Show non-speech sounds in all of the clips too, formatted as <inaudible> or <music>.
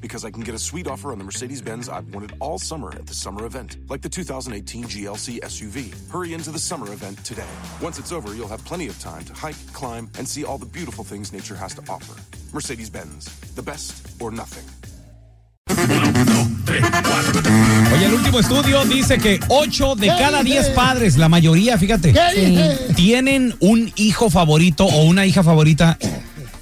Because I can get a sweet offer on the Mercedes Benz I've wanted all summer at the summer event, like the 2018 GLC SUV. Hurry into the summer event today. Once it's over, you'll have plenty of time to hike, climb, and see all the beautiful things nature has to offer. Mercedes Benz, the best or nothing. Oye, el último estudio dice que 8 de cada 10 padres, la mayoría, fíjate, tienen un hijo favorito o una hija favorita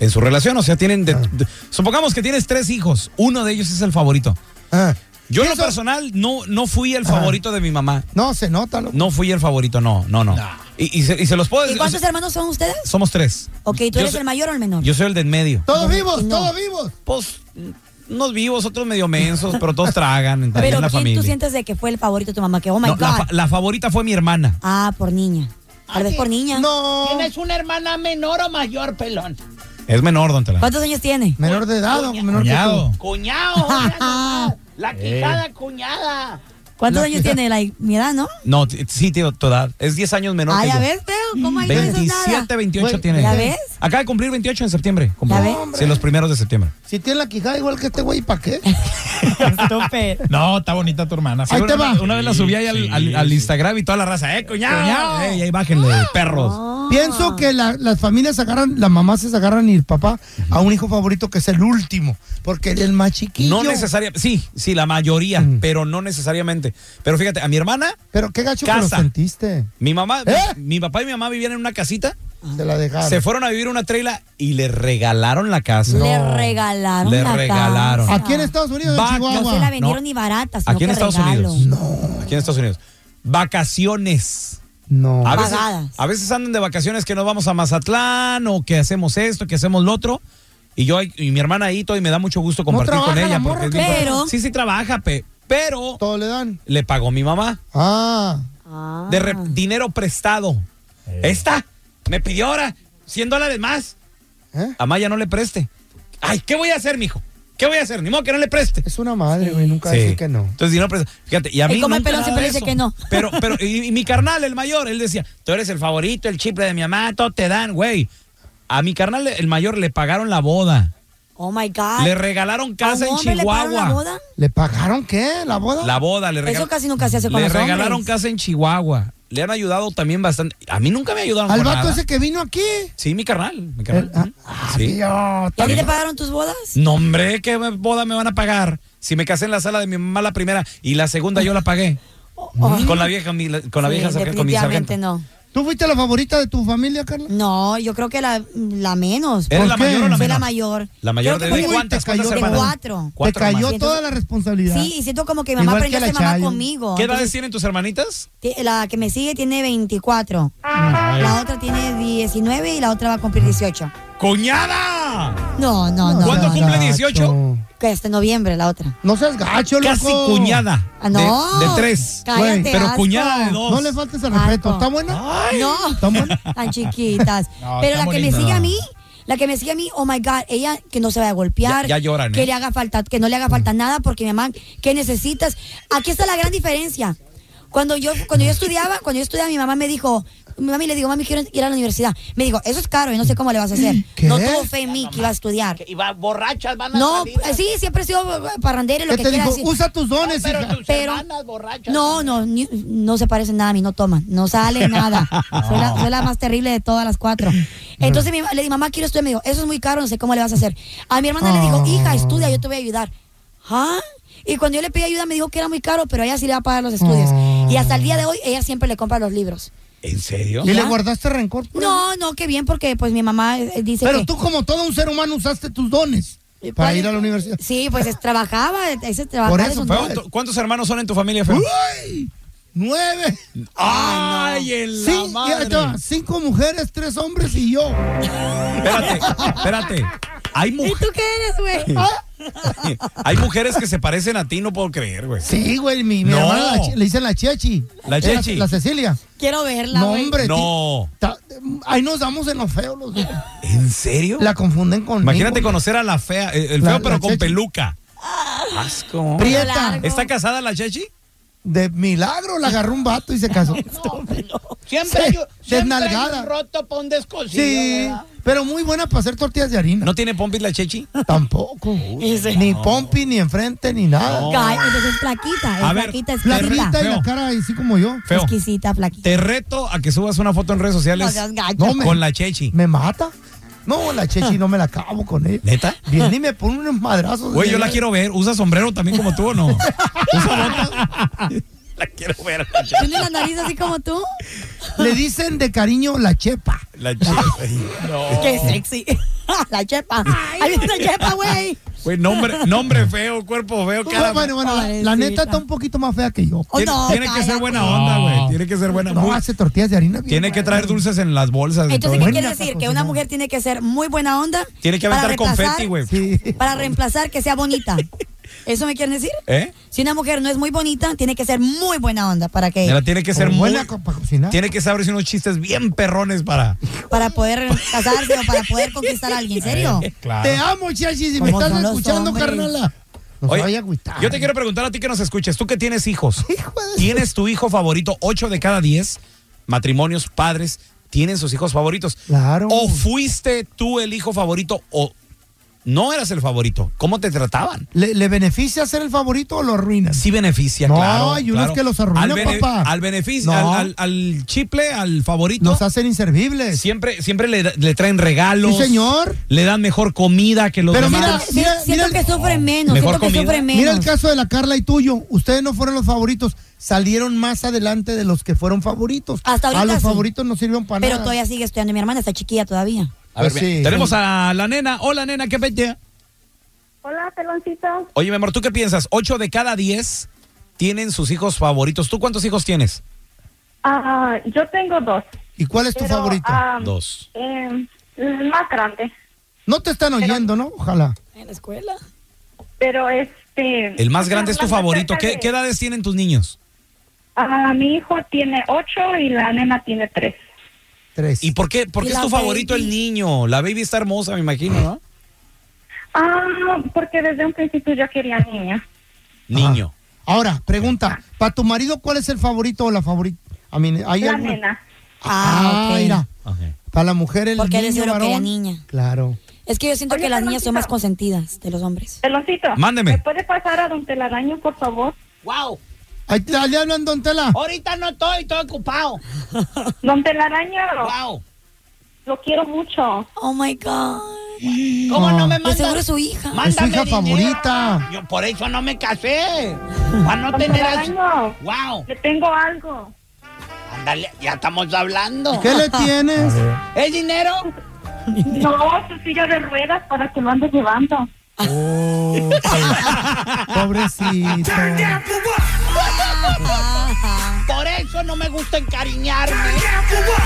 en su relación. O sea, tienen. de- de- supongamos que tienes tres hijos, uno de ellos es el favorito. Ah, Yo en lo Eso- personal no, no fui el favorito de mi mamá. no, se nota, loco. No fui el favorito, no, no, no. Y, y se, y se los puedo ¿Y decir. cuántos o sea, hermanos son ustedes? Somos tres. Ok, ¿tú Yo eres soy- el mayor o el menor? Yo soy el de en medio. Todos vivos, No. todos vivos. Pues, unos vivos, otros medio mensos, pero todos tragan en, Pero en la ¿quién familia. tú sientes de que fue el favorito de tu mamá? Que, oh my No, God. la, fa- Ah, la favorita fue mi hermana. Ah, por niña. Tal vez por niña. No. ¿Tienes una hermana menor o mayor, pelón? Es menor, don Tela. ¿Cuántos años tiene? Menor de edad o menor Cuñado. que Cuñado, Ah. mira nomás, Eh. la quijada cuñada. ¿Cuántos La- años tiene? La, mi edad, ¿no? No, t- sí, tío, tu edad. Es 10 años menor. Ah, que ya yo. ves, Teo. ¿Cómo ahí no dices nada? 27, 28 Güey, tiene. ¿ya ves? Acaba de cumplir 28 en septiembre. cumplió. ¿Ya ves? Sí, los primeros de septiembre. tú. Si tiene la quijada igual que este güey, ¿para qué? Estúpido. No, está bonita tu hermana. Ahí te va. Una, una vez la subí ahí al, al- al Instagram y toda la raza. ¡Eh, cuñado! Ey, ahí bájenle, Ah. perros. Pienso que la- las familias agarran, las mamás se agarran y el papá a un hijo favorito que es el último, porque él es el más chiquillo. No necesariamente. Sí, sí, la mayoría, Mm. pero no necesariamente. Pero fíjate, a mi hermana, Pero qué gacho que lo Casa. sentiste. mi mamá, ¿Eh? mi papá y mi mamá vivían en una casita, Se la dejaron. se fueron a vivir a una trailer y le regalaron la casa. Le regalaron Le la regalaron. casa. Aquí en Estados Unidos, en Vacas. No Chihuahua. se la vendieron No. ni barata, sino Aquí en que Estados regalo. Unidos. Aquí en Estados Unidos. Vacaciones. No. A veces, Pagadas. a veces andan de vacaciones que nos vamos a Mazatlán o que hacemos esto, que hacemos lo otro. Y yo y mi hermana ahí todo y me da mucho gusto compartir trabaja con la ella. morra, Porque es ¿qué bien- pero- sí, sí trabaja, pe- pero Todo le dan. le pagó mi mamá. Ah. Ah. De re- dinero prestado. Esta me pidió ahora 100 dólares más. ¿eh? A Maya no le preste. Ay, ¿qué voy a hacer, mijo? ¿Qué voy a hacer? Ni modo que no le preste. Es una madre, güey. Nunca Sí. decir que no. Entonces, dinero prestado. Fíjate, y a Y mí como el nunca pelón nada siempre de dice eso. que no. <laughs> Pero, pero, y, y mi carnal, el mayor, él decía, tú eres el favorito, el chiple de mi mamá, todo te dan, güey. A mi carnal, el mayor, le pagaron la boda. Oh my God. le regalaron casa ¿A un en hombre le Chihuahua. pagaron la boda? ¿Le pagaron qué? ¿La boda? La boda, le Eso regalaron. casi nunca se hace con le los regalaron hombres. casa en Chihuahua. Le han ayudado también bastante. A mí nunca me ayudaron Al con vato nada. ese que vino aquí. Sí, mi carnal. Mi carnal. El- ah, Sí. Dios. ¿Y a ti te pagaron tus bodas? No, hombre, ¿qué boda me van a pagar? Si me casé en la sala de mi mamá la primera y la segunda yo la pagué. Con la vieja, mi- con la Sí, vieja sargento, con mi sargento. definitivamente no. ¿Tú fuiste la favorita de tu familia, Carla? No, yo creo que la, la menos. ¿Eres ¿Por la qué? mayor o la Soy menor? la mayor. La mayor Creo de, que ¿de porque- cuántas, te cuántas cayó de hermanas? cuatro. Te hermanas. cayó toda la responsabilidad. Sí, y siento como que mi mamá Igual que aprendió a la ser mamá Chayo. conmigo. ¿Qué edades Entonces, tienen tus hermanitas? ti- La que me sigue tiene 24. Ah. La otra tiene 19 y la otra va a cumplir 18. ¡Cuñada! No, no, no. ¿Cuándo no, cumple gacho. 18? Que Este noviembre, la otra. No seas gacho, loco. Casi cuñada. Ah, no. De, de tres. Cállate, Güey, pero asco. cuñada de dos. No le faltes al respeto. Asco. ¿Está buena? No, ¿Están buenas? <laughs> tan chiquitas. No, Pero la están que me bonitas. sigue a mí, la que me sigue a mí, oh my God, ella que no se vaya a golpear. Ya- ya lloran, Que ¿eh? le haga falta, que no le haga falta nada porque mi mamá, ¿qué necesitas? Aquí está la gran diferencia. Cuando yo, cuando yo estudiaba, cuando yo estudiaba, mi mamá me dijo, mi mami le digo, mami, quiero ir a la universidad. Me dijo, eso es caro y no sé cómo le vas a hacer. ¿Qué? No tuvo fe en mí que iba a estudiar. Que- Y va, borrachas van a No, eh, pues, salir. sí, siempre he sido parrandera y lo ¿Qué que te quieras. dijo? sí. Usa tus dones, pero hija. tus pero- hermanas borrachas. No, no, ni- no se parecen nada a mí, no toman, no <laughs> sale nada. Soy, la, soy la más terrible de todas las cuatro. Entonces mi ma- le di, mamá, quiero estudiar. Me dijo, eso es muy caro, no sé cómo le vas a hacer. A mi hermana le Ah. dijo, hija, estudia, yo te voy a ayudar. ¿Ah? Y cuando yo le pedí ayuda me dijo que era muy caro, pero ella sí le va a pagar los estudios. Y hasta el día de hoy ella siempre le compra los libros. ¿En serio? ¿Y le ¿Ya? guardaste rencor? por eso? No, no, qué bien, porque pues mi mamá eh, dice Pero que... tú, como todo un ser humano, usaste tus dones ¿Cuál para es? ir a la universidad. Sí, pues es- trabajaba, ese trabajo. eso, es un- pero- ¿Cuánto- ¿Cuántos hermanos son en tu familia, Uh. Feo? ¡Uy! ¡Nueve! ¡Ay, en la Sí, y ahí te madre! va, cinco mujeres, tres hombres y yo. Espérate, espérate. Hay, ¿Y muj- tú qué eres, güey? <laughs> Ah, hay mujeres que se parecen a ti, no puedo creer, güey. Sí, güey, mi, mi No. hermana la chi- le dicen la Chechi. La Eh, Chechi. La, Cecilia. Quiero verla, No, güey. hombre. No. ti- ta- ahí nos damos en lo feo los dos. ¿En serio? La confunden con. Imagínate conocer a la fea, eh, el La- feo, pero la con Chechi. peluca. Asco. Prieta. ¿Está casada la Chechi? De milagro la agarró un vato y se casó. Siempre, Sí, hay, un- siempre hay desnalgada. un roto para un descosido. Sí, ¿verdad? pero muy buena para hacer tortillas de harina. ¿No tiene pompis la Chechi? Tampoco. Ese- Ni pompi, ni enfrente, ni nada. Ay, entonces es flaquita, es A ver, flaquita, es Flaquita y Feo. la cara así como yo. Feo, Exquisita, <laughs> flaquita. te reto a que subas una foto en redes No sociales seas gacho. No, me- con la Chechi. ¿Me mata? No, la chechi no me la acabo con ella. Ah. ¿Neta? Bien, y me pone unos madrazos. Güey, yo la quiero ver. ¿Usa sombrero también como tú o no? ¿Usa bota? <laughs> La quiero ver. la Chechi. ¿Tiene la nariz así como tú? Le dicen de cariño la chepa. La Chechi. Qué sexy. <laughs> la chepa. Ahí está la chepa, güey. Güey, nombre, nombre feo, cuerpo feo, cara. bueno, bueno, la, la neta está un poquito más fea que yo. Oh, Tiene, no, tiene que ser cállate. buena onda, güey. Tiene que ser buena. No muy- hace tortillas de harina. bien tiene que buenas. traer dulces en las bolsas. y Entonces, todo. ¿qué Buena quiere decir? para Que una cocinar. mujer tiene que ser muy buena onda. Tiene que para aventar reemplazar- confeti, güey. Sí. Para reemplazar que sea <laughs> bonita. ¿Eso me quieren decir? ¿Eh? Si una mujer no es muy bonita, tiene que ser muy buena onda para que Mira, tiene que ser Como muy. buena co- para cocinar. Tiene que saberse unos chistes bien perrones para. <laughs> para poder casarse o para poder conquistar a alguien, ¿en serio? Eh, Claro. Te amo, Chechi, si me ¿Cómo estás son los escuchando, hombres? carnala. No se Oye, vaya a agüitar. yo te quiero preguntar a ti que nos escuches. Tú que tienes hijos. Hijo de- ¿Tienes tu hijo favorito? 8 de cada 10 matrimonios, padres, tienen sus hijos favoritos. Claro. ¿O fuiste tú el hijo favorito o no eras el favorito? ¿Cómo te trataban? ¿Le, le beneficia ser el favorito o lo arruinas? Sí beneficia, No, claro. hay unos claro. que los arruinan, al bene- papá. Al beneficio, No. al, al- al chiple, al favorito. Nos hacen inservibles. Siempre, siempre le, da- le traen regalos. Sí, señor. Le dan mejor comida que los Pero demás. mira, Siento- mira, siento mira- que sufren menos, Mejor siento que comida. sufren menos. Mira el caso de la Carla y tuyo. Ustedes no fueron los favoritos. Salieron más adelante de los que fueron favoritos. Hasta ahorita A los sí. favoritos no sirven para Pero nada. todavía sigue estudiando. Mi hermana está chiquilla todavía. A ver, Pues mira, sí. tenemos a la nena. Hola, nena, qué bella. Hola, peloncito. Oye, mi amor, ¿tú qué piensas? Ocho de cada diez tienen sus hijos favoritos. ¿Tú cuántos hijos tienes? Ah, yo tengo dos. ¿Y cuál es tu pero, favorito? ah, Dos. eh, el más grande. no te están oyendo, ¿no? Ojalá. En la escuela. Pero este. El más grande es tu hablando favorito. acerca ¿Qué, de- qué edades tienen tus niños? Ah, mi hijo tiene ocho y la nena tiene tres. Tres. ¿Y por qué, por Y qué es la tu favorito baby. el niño? La baby está hermosa, me imagino, ¿no? Ah, porque desde un principio yo quería niña. Niño. Ahora, pregunta. ¿Para tu marido cuál es el favorito o la favorita? A mí, ¿hay La alguna? nena. Ah, Ah, ok. mira. Para la mujer el Porque él es niño lo que era varón. niña. Claro. Es que yo siento Oye, que las niñas son más Fernandita. consentidas de los hombres. Peloncito. Mándeme. ¿Me puede pasar a don Telaraño, por favor? Wow. Ahí ahí le hablan, don Tela. Ahorita no estoy, estoy ocupado. Don Telaraño, Wow. lo quiero mucho. Oh my God. ¿Cómo Ah. no me De seguro mandas? es su hija. Es su Mándame hija dinero. favorita. Yo por eso no me casé. Para no Don tener así. Telaraño, Wow. le tengo algo. Ándale, ya estamos hablando. <laughs> ¿Qué le tienes? ¿Es dinero? No, su silla de ruedas para que lo ande llevando. Oh, pobrecito. Por eso no me gusta encariñarme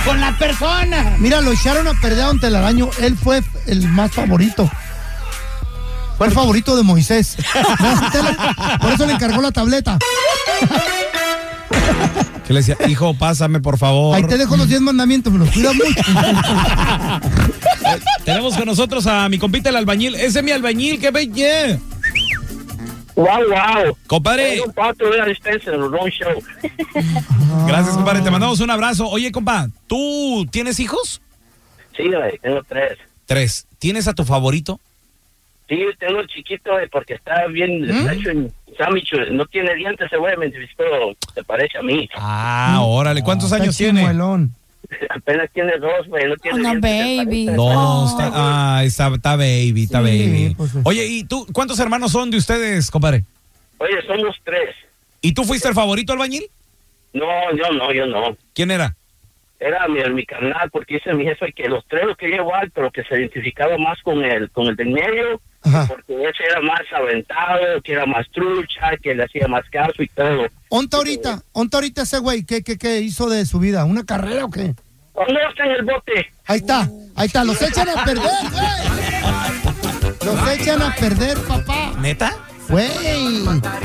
con la persona. Mira, lo echaron a perder a Don Telaraño. Él fue el más favorito. Fue el favorito <laughs> de Moisés. No, Don Tela, Por eso le encargó la tableta. Que le decía, hijo, pásame, por favor. Ahí te dejo los 10 mandamientos, me los <laughs> cuida mucho. Tenemos con nosotros a mi compita el albañil. Ese es mi albañil, qué bella. Wow, wow. Compadre. Era un patio de la distancia, el wrong show. Gracias, compadre. Te mandamos un abrazo. Oye, compa, ¿tú tienes hijos? Sí, güey, tengo tres. Tres. ¿Tienes a tu favorito? Sí, tengo el chiquito güey, porque está bien, está hecho en sándwich, güey. no tiene dientes ese güey, me pero se parece a mí. Mm. Ah, órale. ¿Cuántos años tiene? Apenas tiene dos, güey, no tiene Oh, no, dientes. se baby. parece. Oh. No, está, ah, está, está baby, está baby. pues, sí. Oye, ¿y tú cuántos hermanos son de ustedes, compadre? Oye, somos tres. ¿Y tú fuiste el favorito albañil? No, yo no, yo no. ¿Quién era? Era mi, mi carnal, porque dice mi jefe que los tres los quería igual, pero que se identificaba más con el, con el del medio, Ajá. porque ese era más aventado, que era más trucha, que le hacía más caso y todo. Onta ahorita, onta ahorita ese güey, ¿qué, qué, ¿qué hizo de su vida? ¿Una carrera o qué? Oh, no, está en el bote. Ahí está, ahí está, los echan a perder, güey. Los echan a perder, papá. ¿Neta? Güey,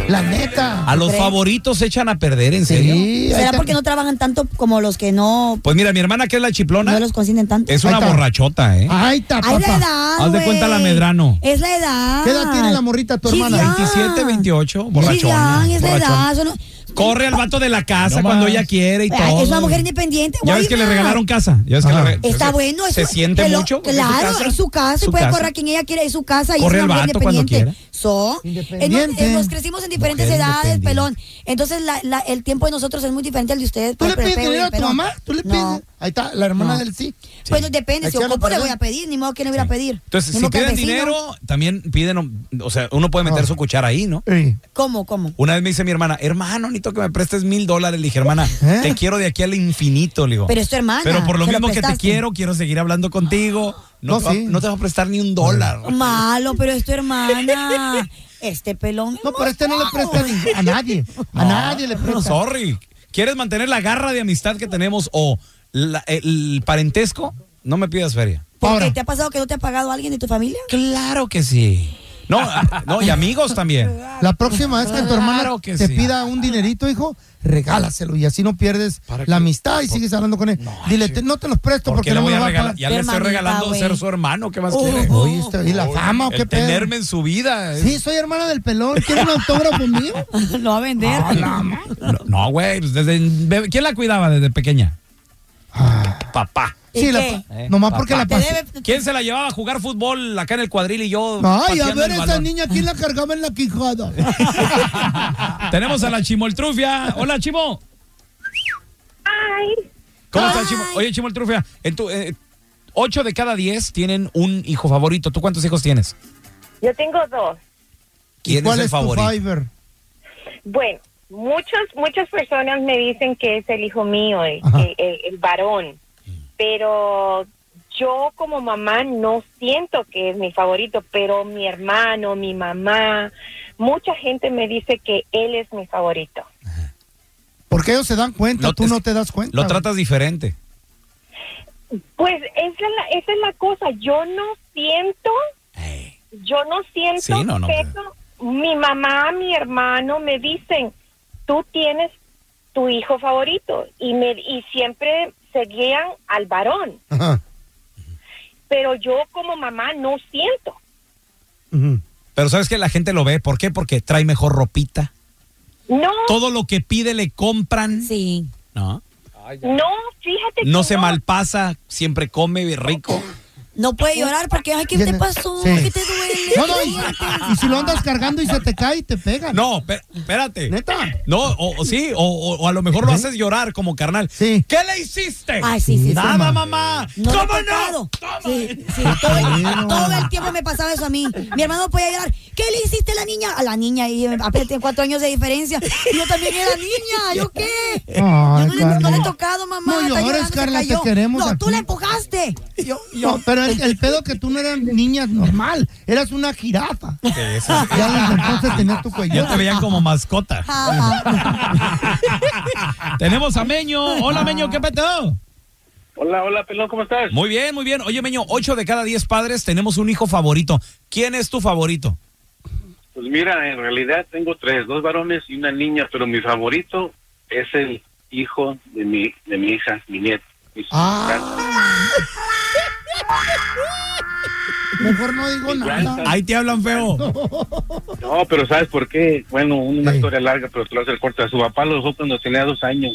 la neta. A los ¿Crees? favoritos se echan a perder, ¿en serio? Sí, ahí ¿Será está. porque no trabajan tanto como los que no, Pues mira, mi hermana que es la chiplona no los Ah, consienten tanto? es una Ahí está. borrachota, ¿eh? Ahí está, Ay, la papá. edad, Haz de cuenta la güey. Medrano. Es la edad. ¿Qué edad tiene la morrita tu Sí, hermana? ya. 27, 28, Sí, ya, borrachona. es la borrachona. edad. son- Corre al vato de la casa No cuando más. ella quiere y Ay, todo. es una mujer independiente. Ya güey, ves que le ma. regalaron casa. Ya ves que Ajá. le re- Está se- bueno. es Se su- siente que lo- mucho. porque Claro, es su casa y su puede casa. correr a quien ella quiera, es su casa y Corre es el una mujer vato cuando independiente. quiera. So, Independiente. es nos- nos crecimos en diferentes Mujer edades, independiente. pelón. Entonces la- la- el tiempo de nosotros es muy diferente al de ustedes. ¿Tú por- le por el pides pelo y dinero el a tu pelón. mamá? ¿Tú le No. pides? Ahí está, la hermana No. del sí. Bueno, depende. Si Echarlo ocupo le para voy a adelante. pedir, ni modo que no voy a pedir. Entonces, Ni si modo que al piden vecino. dinero, también piden, o sea, uno puede meter Ah. su cuchara ahí, ¿no? Ey. ¿Cómo, cómo? Una vez me dice mi hermana, hermano, necesito que me prestes mil dólares. Le dije, hermana, ¿Eh? te quiero de aquí al infinito, le digo. Pero es tu hermana, Pero por lo se lo mismo que te prestaste. quiero, quiero seguir hablando contigo. No, No, te, va- sí. no te va a prestar ni un dólar. Malo, pero es tu hermana. Este pelón. No, pero este no le presta a ning- a nadie. A nadie le No, presta. sorry. ¿Quieres mantener la garra de amistad que tenemos o la- el parentesco? No me pidas feria. ¿Por qué Ahora. te ha pasado que no te ha pagado alguien de tu familia? <laughs> Claro que sí. No, ah, no, y amigos <laughs> también. La próxima vez que tu hermana Claro que te sí. pida un dinerito, hijo, regálaselo y así no pierdes la amistad y sigues hablando con él. Dile, te- no te los presto Porque porque le no me voy lo a va a regalar. pagar. Ya le estoy Hermanita, regalando güey. ser su hermano. ¿Qué más quiere? Oye, este, y la fama, ¿o qué El pedo? tenerme en su vida. es- Sí, soy hermana del pelón. ¿Quieres un autógrafo mío? Lo va a vender. No, No, güey. pues desde bebé- ¿Quién la cuidaba desde pequeña? Ah. Papá. ¿Y Sí, la qué? pa- nomás Eh, papá. porque la Te pasé. debe. ¿Quién se la llevaba a jugar fútbol acá en el cuadril y yo? Ay, a pateando ver el esa balón? niña, ¿quién la cargaba en la quijada? Tenemos a la Chimoltrufia. Hola, Chimo. Ay, ¿Cómo estás, Chimo? Oye, Chimoltrufia, en tu, eh, ocho de cada diez tienen un hijo favorito. ¿Tú cuántos hijos tienes? yo tengo dos. <laughs> ¿Quién es ¿Cuál el es tu favorito? Fiverr? Bueno, muchas, muchas personas me dicen que es el hijo mío, el, Ajá. el- el- el varón, pero yo como mamá no siento que es mi favorito, pero mi hermano, mi mamá, mucha gente me dice que él es mi favorito. Porque ellos se dan cuenta, No, tú es- no te das cuenta. Lo tratas diferente. Pues esa es la, esa es la cosa, yo no siento, yo no siento, Sí, no, no. pero mi mamá, mi hermano me dicen, tú tienes tu hijo favorito y, me, y siempre seguían al varón. Ajá. pero yo como mamá no siento. Ujú. Pero sabes que la gente lo ve. ¿Por qué? Porque trae mejor ropita. No, Todo lo que pide le compran. Sí. No. no, fíjate que No se no. malpasa, siempre come rico. No puede llorar porque, ay, ¿qué Ya te no- pasó? sí. ¿Qué te duele? No, no, ¿Qué y, sientes? y si lo andas cargando y se te cae y te pega. No, pe- espérate. Neta. ¿Eh? No, o, o sí, o, o- o a lo mejor lo haces llorar como carnal. Sí. ¿Qué le hiciste? Ay, sí, sí, sí. Nada, mamá. No ¿Cómo me he no? tocado. Sí, sí, todo, Pero- el, todo el tiempo me pasaba eso a mí. Mi hermano podía llorar. ¿Qué le hiciste a la niña? A la niña, y apenas tiene cuatro años de diferencia. Y yo también era niña, ¿yo qué? Eh, Ay, Yo no, le, Carla. no le he tocado, mamá. No está llores, llorando, se Carla, te cayó. queremos No, tú aquí. la empujaste. Yo- yo- pero el, el pedo que tú no eras niña normal, eras una jirafa. Ya desde entonces tenías tu cuello. Yo te veía como mascota. Ja, ja. <laughs> Tenemos a Meño. Hola, Meño, ¿qué peteo? Hola, hola, pelón, ¿cómo estás? Muy bien, muy bien. Oye, Meño, ocho de cada diez padres tenemos un hijo favorito. ¿Quién es tu favorito? Pues mira, en realidad tengo tres, dos varones y una niña, pero mi favorito es el hijo de mi, de mi hija, mi nieto. Mi- Ah. Mejor no digo nada. Ahí te hablan feo. No, pero ¿sabes por qué? Bueno, una historia larga, pero te lo hace corta. Su papá lo dejó cuando tenía dos años.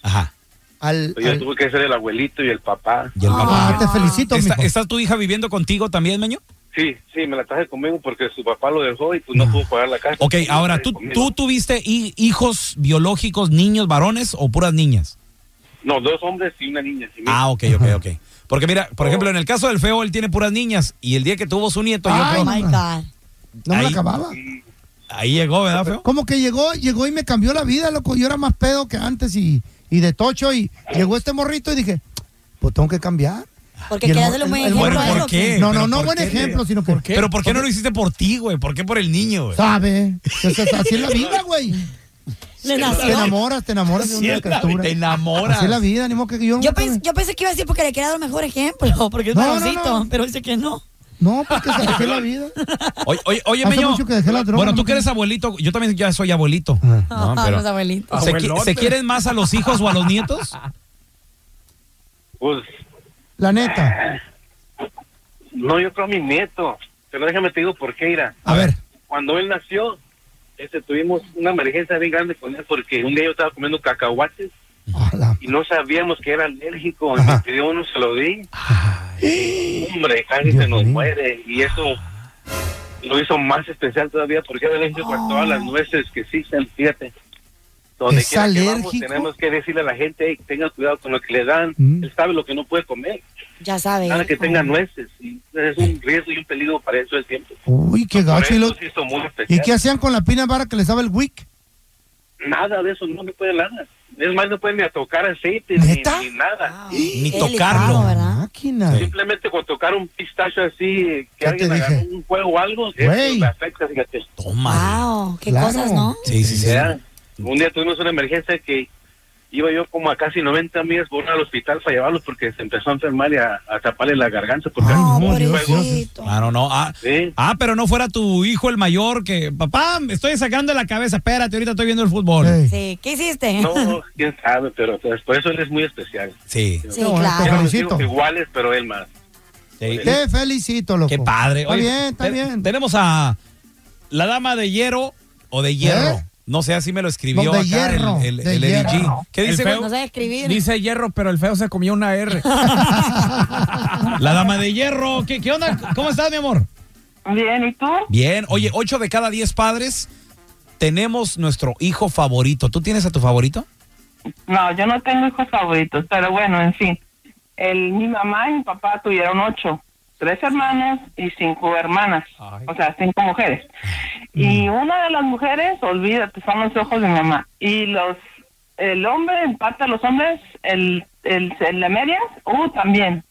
Ajá. Al, Ah, Yo tuve que ser el abuelito y el papá. Y el papá. te felicito, ¿Está, mijo. ¿Está tu hija viviendo contigo también, Meño? Sí, sí, me la traje conmigo porque su papá lo dejó y pues no pudo pagar la casa. Ok, Me la ahora, traje ¿tú, conmigo. ¿tú tuviste hi- hijos biológicos, niños, varones o puras niñas? No, dos hombres y una niña. sí, Ah, ok, ok, ok. Porque mira, por ejemplo, en el caso del feo, él tiene puras niñas y el día que tuvo su nieto, yo Ay, Oh creo- my God. No me la Ahí. ¿Ah, acababa. ahí llegó, ¿verdad, feo? Como que llegó, llegó y me cambió la vida, loco. Yo era más pedo que antes y, y de tocho. Y llegó este morrito y dije, pues tengo que cambiar. Porque Y el- quedas de lo muy el- el- ejemplo bueno, a él, ¿por ¿o qué? qué? No, ¿Pero no, no por buen qué? ejemplo, sino que. ¿Pero por qué no lo hiciste por ti, güey? ¿Por qué por el niño, güey? Sabe. Pues, es- Así es la vida, güey. Le nació. Te enamoras, te enamoras de una criatura. Te enamoras. Así es la vida, ni modo que yo. Yo, pens- yo pensé que iba a decir porque le quería dar el mejor ejemplo, <laughs> porque es No, no, varoncito, no. pero dice que no. No, porque se- así es la vida. Oye, oye, oye, Hace Meño, mucho que dejé la droga, bueno, no Ah. tú me- que eres abuelito, yo también ya soy abuelito. No, <laughs> No, pero- los abuelitos. ¿Se, qui- se quieren más a los hijos o a los nietos? Pues La neta. no, yo creo a mi nieto. Pero déjame te digo por qué, Ira. A ver. Cuando él nació, este, tuvimos una emergencia bien grande con él porque un día yo estaba comiendo cacahuates Hola. y no sabíamos que era alérgico. Y Ajá. me pidió uno, se lo di. Hombre, casi Dios se nos mío. muere. Y eso lo hizo más especial todavía porque era alérgico a todas las nueces que existen, fíjate. Donde ¿Es quiera que vamos, alérgico? tenemos que decirle a la gente, "Hey, tenga cuidado con lo que le dan. Mm. Él sabe lo que no puede comer. Ya sabes. Nada que tenga nueces. y es un riesgo y un peligro para eso el tiempo. Uy, qué Por gacho. Y, eso Ah, lo- sí hizo muy especial. ¿Y qué hacían con la pina barra que les daba el wick? Nada de eso, no me puede nada. Es más, no pueden ni a tocar aceite ni, ¿Neta? ni nada. Ni Qué tocarlo. delicado, ¿verdad? Ah. Máquina. Simplemente con tocar un pistacho así, ¿Qué que alguien te agarró dije? un juego o algo, Güey. eso le afecta, fíjate. Toma. Wow, qué Claro. cosas, ¿no? Sí, sí, sí. Ya, Un día tuvimos una emergencia que iba yo como a casi 90 millas por hora al hospital para llevarlos porque se empezó a enfermar y a, a taparle la garganta. Pues, Porque No, no, Ah, Dios, Oh, pobrecito. Claro, no. Ah, Sí. ah, pero no fuera tu hijo el mayor que, papá, me estoy sacando la cabeza, espérate, ahorita estoy viendo el fútbol. Ey. Sí, ¿qué hiciste? <laughs> no, quién sabe, pero pues, por eso él es muy especial. Sí, Sí, Qué Eran bonito, claro. pero- los Felicito. hijos iguales, pero él más. sí. Te felicito, loco. Qué padre. Está Oye, bien, está te- bien. Tenemos a la dama de hierro o de hierro. ¿Eh? No sé, así me lo escribió No, de acá hierro, el, el, de el Eddie G. hierro. ¿Qué El dice, feo. güey? No sabes escribir. Dice hierro, pero el feo se comió una R. <laughs> La dama de hierro. ¿Qué, qué onda? ¿Cómo estás, mi amor? Bien, ¿y tú? Bien. Oye, 8 de cada 10 padres tenemos nuestro hijo favorito. ¿Tú tienes a tu favorito? No, yo no tengo hijos favoritos, pero bueno, en fin. El, mi mamá y mi papá tuvieron ocho, tres hermanos y cinco hermanas, o sea, cinco mujeres. Y Mm. una de las mujeres, olvídate, son los ojos de mi mamá. Y los, el hombre, en parte de los hombres, el, el, el de medias, uh, también.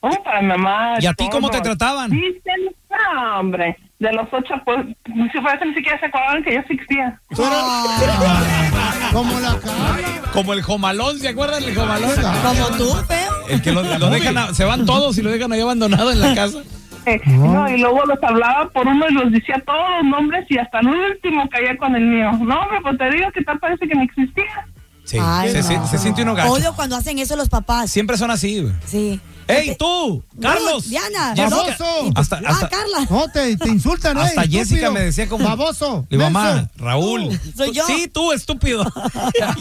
Uh, para mi mamá. ¿Y a ti cómo todo. te trataban? Dicen, no, hombre, de los ocho, pues, ni si fuese, ni siquiera se acordaban que yo existía. Ah, Como la cara. Como el Jomalón, ¿se acuerdan del Jomalón? Como tú, feo. El que lo, lo dejan, a- se van todos y lo dejan ahí abandonado en la casa. Eh, No, y luego los hablaba por uno y los decía todos los nombres y hasta el último caía con el mío. No, hombre, pues te digo que tal parece que no existía. Sí, Ay, se, no. si- se siente uno gacho. Odio cuando hacen eso los papás. Siempre son así, güey. Sí. ¡Ey, Te- tú! ¡Carlos! Diana, Jessica. ¡Baboso! Hasta, Ah, hasta, Carla. No, te, te insultan, hasta eh, Jessica estúpido. me decía como... Baboso. Le digo, menso. mamá, Raúl. Soy tú- yo. <laughs> Sí, tú, estúpido.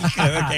Hija de-